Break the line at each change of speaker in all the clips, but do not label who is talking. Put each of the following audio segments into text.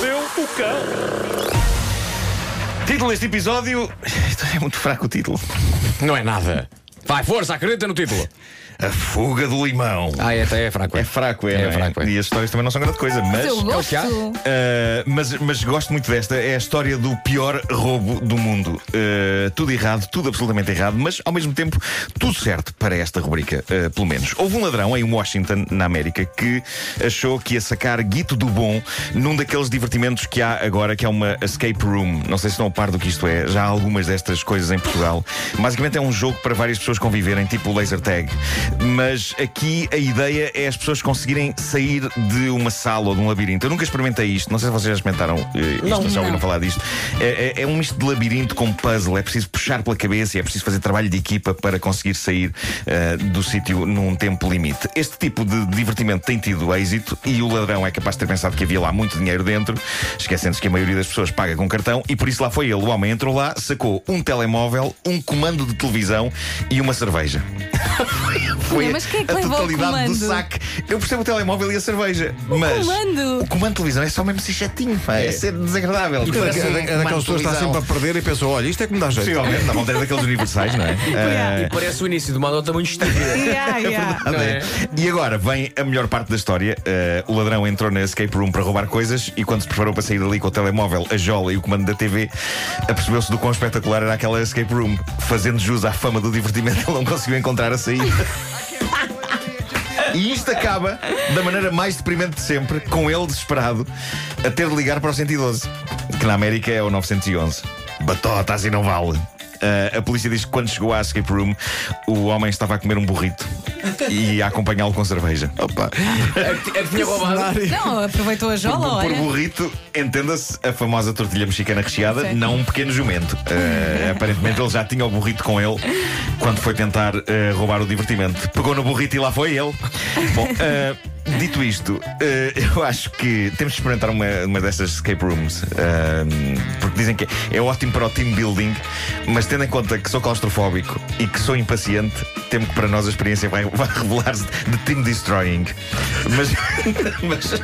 Nunca! Título deste episódio. Isto é muito fraco o título.
Não é nada. Vai, força, acredita no título.
A fuga do limão.
Ah, é, até é fraco.
É fraco, é.
É
não
fraco, é.
E as histórias também não são grande coisa, mas.
Eu
o que há?
gosto.
Uh, mas, mas gosto muito desta. É a história do pior roubo do mundo. Uh, tudo errado, tudo absolutamente errado, mas ao mesmo tempo tudo certo para esta rubrica, uh, pelo menos. Houve um ladrão em Washington, na América, que achou que ia sacar guito do bom num daqueles divertimentos que há agora, que é uma escape room. Não sei se estão a par do que isto é. Já há algumas destas coisas em Portugal. Basicamente é um jogo para várias pessoas conviverem, tipo laser tag. Mas aqui a ideia é as pessoas conseguirem sair de uma sala ou de um labirinto. Eu nunca experimentei isto, não sei se vocês já experimentaram eh, isto,
Não.
ou já ouviram
Não.
falar disto. É, é- é um misto de labirinto com puzzle, é preciso puxar pela cabeça e é preciso fazer trabalho de equipa para conseguir sair eh, do sítio num tempo limite. Este tipo de divertimento tem tido êxito e o ladrão é capaz de ter pensado que havia lá muito dinheiro dentro, esquecendo-se que a maioria das pessoas paga com cartão e por isso lá foi ele. O homem entrou lá, sacou um telemóvel, um comando de televisão e uma cerveja. Foi
Não, mas quem é que
a
levou o
totalidade do
comando?
saque. Eu percebo o telemóvel e a cerveja. mas
comando?
o comando de televisão é só mesmo ser chatinho, pá, é. ser desagradável.
É,
assim,
da- é daquelas pessoas que está sempre a perder e pensou: olha, isto é que me dá jeito.
Possivelmente, na vontade daqueles universais, não é? Ah,
Parece o início de uma nota muito estúpida.
Yeah, yeah.
Não é?
E agora vem a melhor parte da história. Eh, o ladrão entrou na escape room para roubar coisas e quando se preparou para sair dali com o telemóvel, a jola e o comando da TV, apercebeu-se do quão espetacular era aquela escape room. Fazendo jus à fama do divertimento, ele não conseguiu encontrar a saída. E isto acaba da maneira mais deprimente de sempre, com ele desesperado a ter de ligar para o 112, que na América é o 911. Batota, assim não vale. Ah, a polícia diz que quando chegou à escape room, o homem estava a comer um burrito e a acompanhá-lo com cerveja. Opa.
É que- é que tinha roubado.
Não, aproveitou a jola,
Por
olha.
burrito, entenda-se a famosa tortilha mexicana recheada,
Sim.
não um pequeno jumento. Eh, aparentemente ele já tinha o burrito com ele quando foi tentar eh, roubar o divertimento. Pegou no burrito e lá foi ele. Bom, eh, dito isto, eh, eu acho que temos de experimentar uma, uma dessas escape rooms. eh, porque dizem que é ótimo para o team building, mas tendo em conta que sou claustrofóbico e que sou impaciente, temo que para nós a experiência vai, vai revelar-se de team destroying. Mas, mas,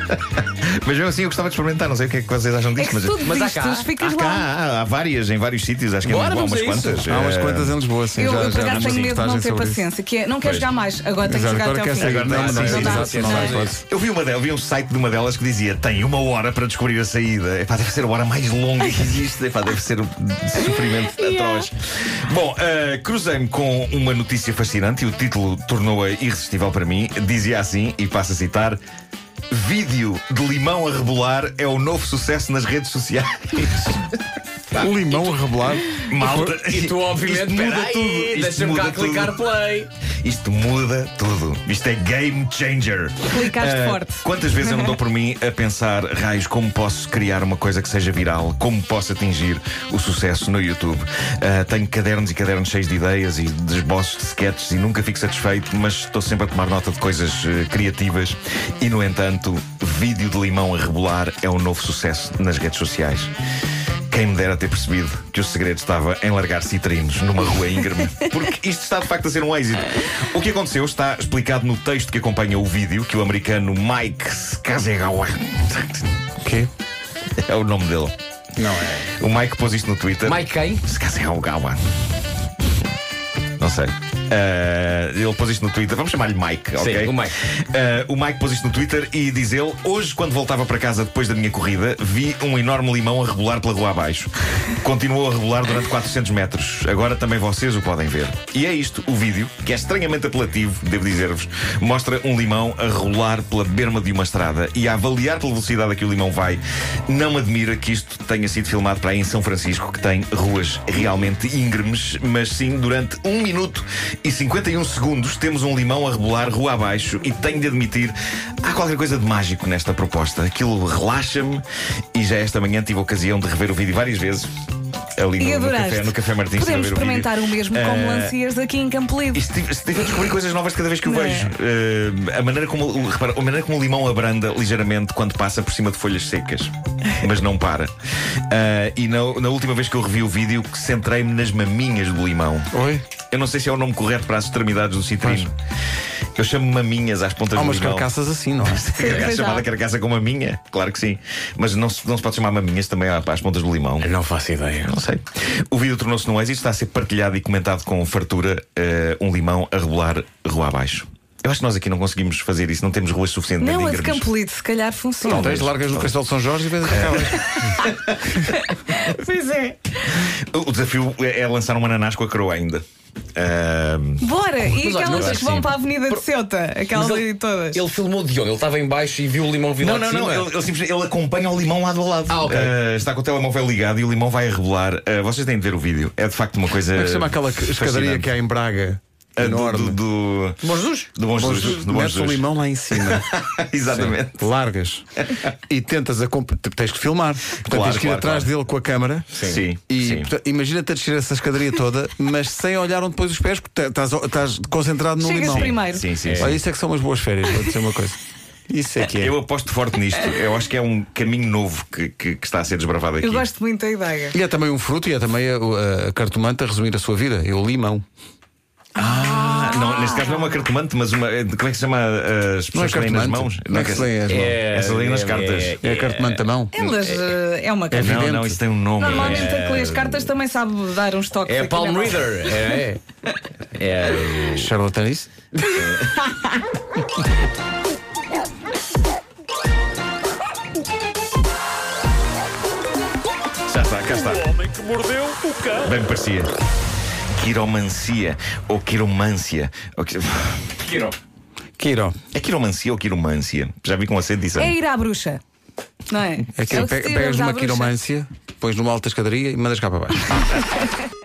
mas mesmo assim eu gostava de experimentar, não sei o que é que vocês acham
É
disto,
que
mas.
se tu
mas há
desistes,
cá-
Há
ficas
cá,
lá.
há, há várias em vários sítios, acho que
Bora,
em Lisboa há
vamos
umas
a isso.
quantas.
Há umas
Eh,
quantas em Lisboa, sim.
Eu,
já,
eu por
já
acaso
vi
tenho medo de não
reportagens
ter
sobre isso.
paciência, que é não quero
Pois.
jogar mais, agora tenho que
Exato,
jogar
agora
até ao
quer
fim.
sair.
Agora
Não,
tem
é
não,
que sair,
exato,
exato,
não dá
exato.
hipótese.
Eu vi uma delas, vi um site de uma delas que dizia tem uma hora para descobrir a saída. Epá, deve ser a hora mais longa que existe. Epá, deve ser um sofrimento
Yeah.
atroz. Bom, eh, cruzei-me com uma notícia fascinante e o título tornou-a irresistível para mim. Dizia assim, e passo a citar. Vídeo de limão a rebolar é o novo sucesso nas redes sociais.
O limão a rebelar.
Malta.
E tu,
isto
obviamente,
muda
peraí,
tudo. Isto
deixa-me cá
muda tudo.
clicar play.
Isto muda tudo. Isto é game changer.
Clicaste
Ah,
forte.
Quantas vezes eu não dou por mim a pensar, raios, como posso criar uma coisa que seja viral? Como posso atingir o sucesso no YouTube? Ah, tenho cadernos e cadernos cheios de ideias e de esboços de sketches e nunca fico satisfeito, mas estou sempre a tomar nota de coisas eh, criativas. E, no entanto, vídeo de limão a rebolar é um novo sucesso nas redes sociais. Quem me dera ter percebido que o segredo estava em largar citrinos numa rua íngreme. Porque isto está de facto a ser um êxito. O que aconteceu está explicado no texto que acompanha o vídeo que o americano Mike Skazegawa.
Quê?
É o nome dele.
Não é.
O Mike pôs isto no Twitter.
Mike quem?
Skazegawa. Não sei. Ah, ele pôs isto no Twitter. Vamos chamar-lhe Mike, ok?
o Mike.
Ah, o Mike pôs isto no Twitter e diz ele: Hoje, quando voltava para casa depois da minha corrida, vi um enorme limão a rebolar pela rua abaixo. Continuou a rebolar durante 400 metros. Agora também vocês o podem ver. E é isto, o vídeo, que é estranhamente apelativo, devo dizer-vos, mostra um limão a rolar pela berma de uma estrada e a avaliar pela velocidade a que o limão vai. Não me admira que isto tenha sido filmado para aí em São Francisco, que tem ruas realmente íngremes, mas sim, durante 1 minuto e 51 segundos temos um limão a rebolar rua abaixo e tenho de admitir, há qualquer coisa de mágico nesta proposta. Aquilo relaxa-me e já esta manhã tive a ocasião de rever o vídeo várias vezes. Ali
E
no, no
adoraste.
café, no café Martins estive a
Podemos
ver o vídeo.
experimentar o mesmo como
Ah,
lanciers aqui em Campolide.
e estive, estive a descobrir coisas novas cada vez que o
Não é?
vejo. Eh, a, maneira como, o- repara, a maneira como o limão abranda ligeiramente quando passa por cima de folhas secas, mas não para. Eh, Ah, e na, na última vez que eu revi o vídeo, que centrei-me nas maminhas do limão.
Oi?
Eu não sei se é o nome correto para as extremidades do citrino. Eu chamo maminhas às pontas
Há
do
umas
limão.
carcaças assim, não é?
Carcaça
Pois há.
chamada carcaça com maminha, claro que sim. Mas não se, não se pode chamar maminhas também há- às pontas do limão.
Não faço ideia.
Não sei. O vídeo tornou-se num êxito, está a ser partilhado e comentado com fartura eh, um limão a rebolar rua abaixo. Eu acho que nós aqui não conseguimos fazer isso, não temos ruas suficientes
Não, a
nem
de
íngremes.
Campolide, se calhar funciona.
Tens largas no Castelo de São Jorge e vês
É,
acabas.
Pois é.
O desafio é é lançar um ananás com a coroa ainda. Ahm,
Bora, e
Mas olha,
aquelas
não é
que vão
assim.
para a Avenida de Ceuta, aquelas
Mas
ali todas.
Ele filmou de onde? Ele estava em baixo e viu o limão vindo
não,
lá
não,
de
não.
cima?
Ele, ele simplesmente ele acompanha o limão lado a lado.
Ah, ok.
Ah, está com o telemóvel ligado e o limão vai a rebolar. Ah, vocês têm de ver o vídeo. É de facto uma coisa.
Como é que se chama aquela que- escadaria que há em Braga?
enorme.
Enorme.
Do, do,
Bom Jesus.
do Bom Jesus. do Bom
Metes o
Jesus.
um limão lá em cima.
Exatamente.
Largas. E tentas a comp- Tens que filmar. Portanto,
Claro,
tens que ir
claro,
atrás
claro.
dele com a câmara.
Sim. Sim,
E
sim.
portanto, imagina-te a descer essa escadaria toda, mas sem olhar onde depois os pés, porque te- estás, estás concentrado no
Chegas
limão.
primeiro.
Sim, sim, sim.
Olha, isso é que são umas boas férias, vou dizer uma coisa. Isso é que é.
Eu aposto forte nisto. Eu acho que é um caminho novo que, que- que está a ser desbravado aqui.
Eu gosto muito da ideia.
E é também um fruto e é também a, a cartomante a resumir a sua vida. Eu limão.
Ah, não, neste caso não é uma cartomante, mas uma. eh, Como é que se chama eh, as
Não é
pessoas que têm nas
cartomante.
mãos?
Não é que se leem as mãos. É,
É,
Essa ali nas
é,
cartas.
é,
a cartomante da mão.
Elas eh, é uma coisa.
Não,
evidente.
não, isso tem um nome.
é.
Normalmente a que lê as cartas também sabe dar uns toques.
É
aqui
Palm
na mão.
Reader. É. é. É.
Charlatanice?
Já está, cá está.
O homem que mordeu o cão.
Bem me parecia. Quiromancia ou quiromância. Ou qui-
Quiro.
Quiro.
É quiromancia ou quiromância? Já vi com acento isso.
É ir à bruxa. Não é?
É que
É o
pe-
se
pegas
tiras à
numa
bruxa.
quiromância, pões numa alta escadaria e mandas cá para baixo.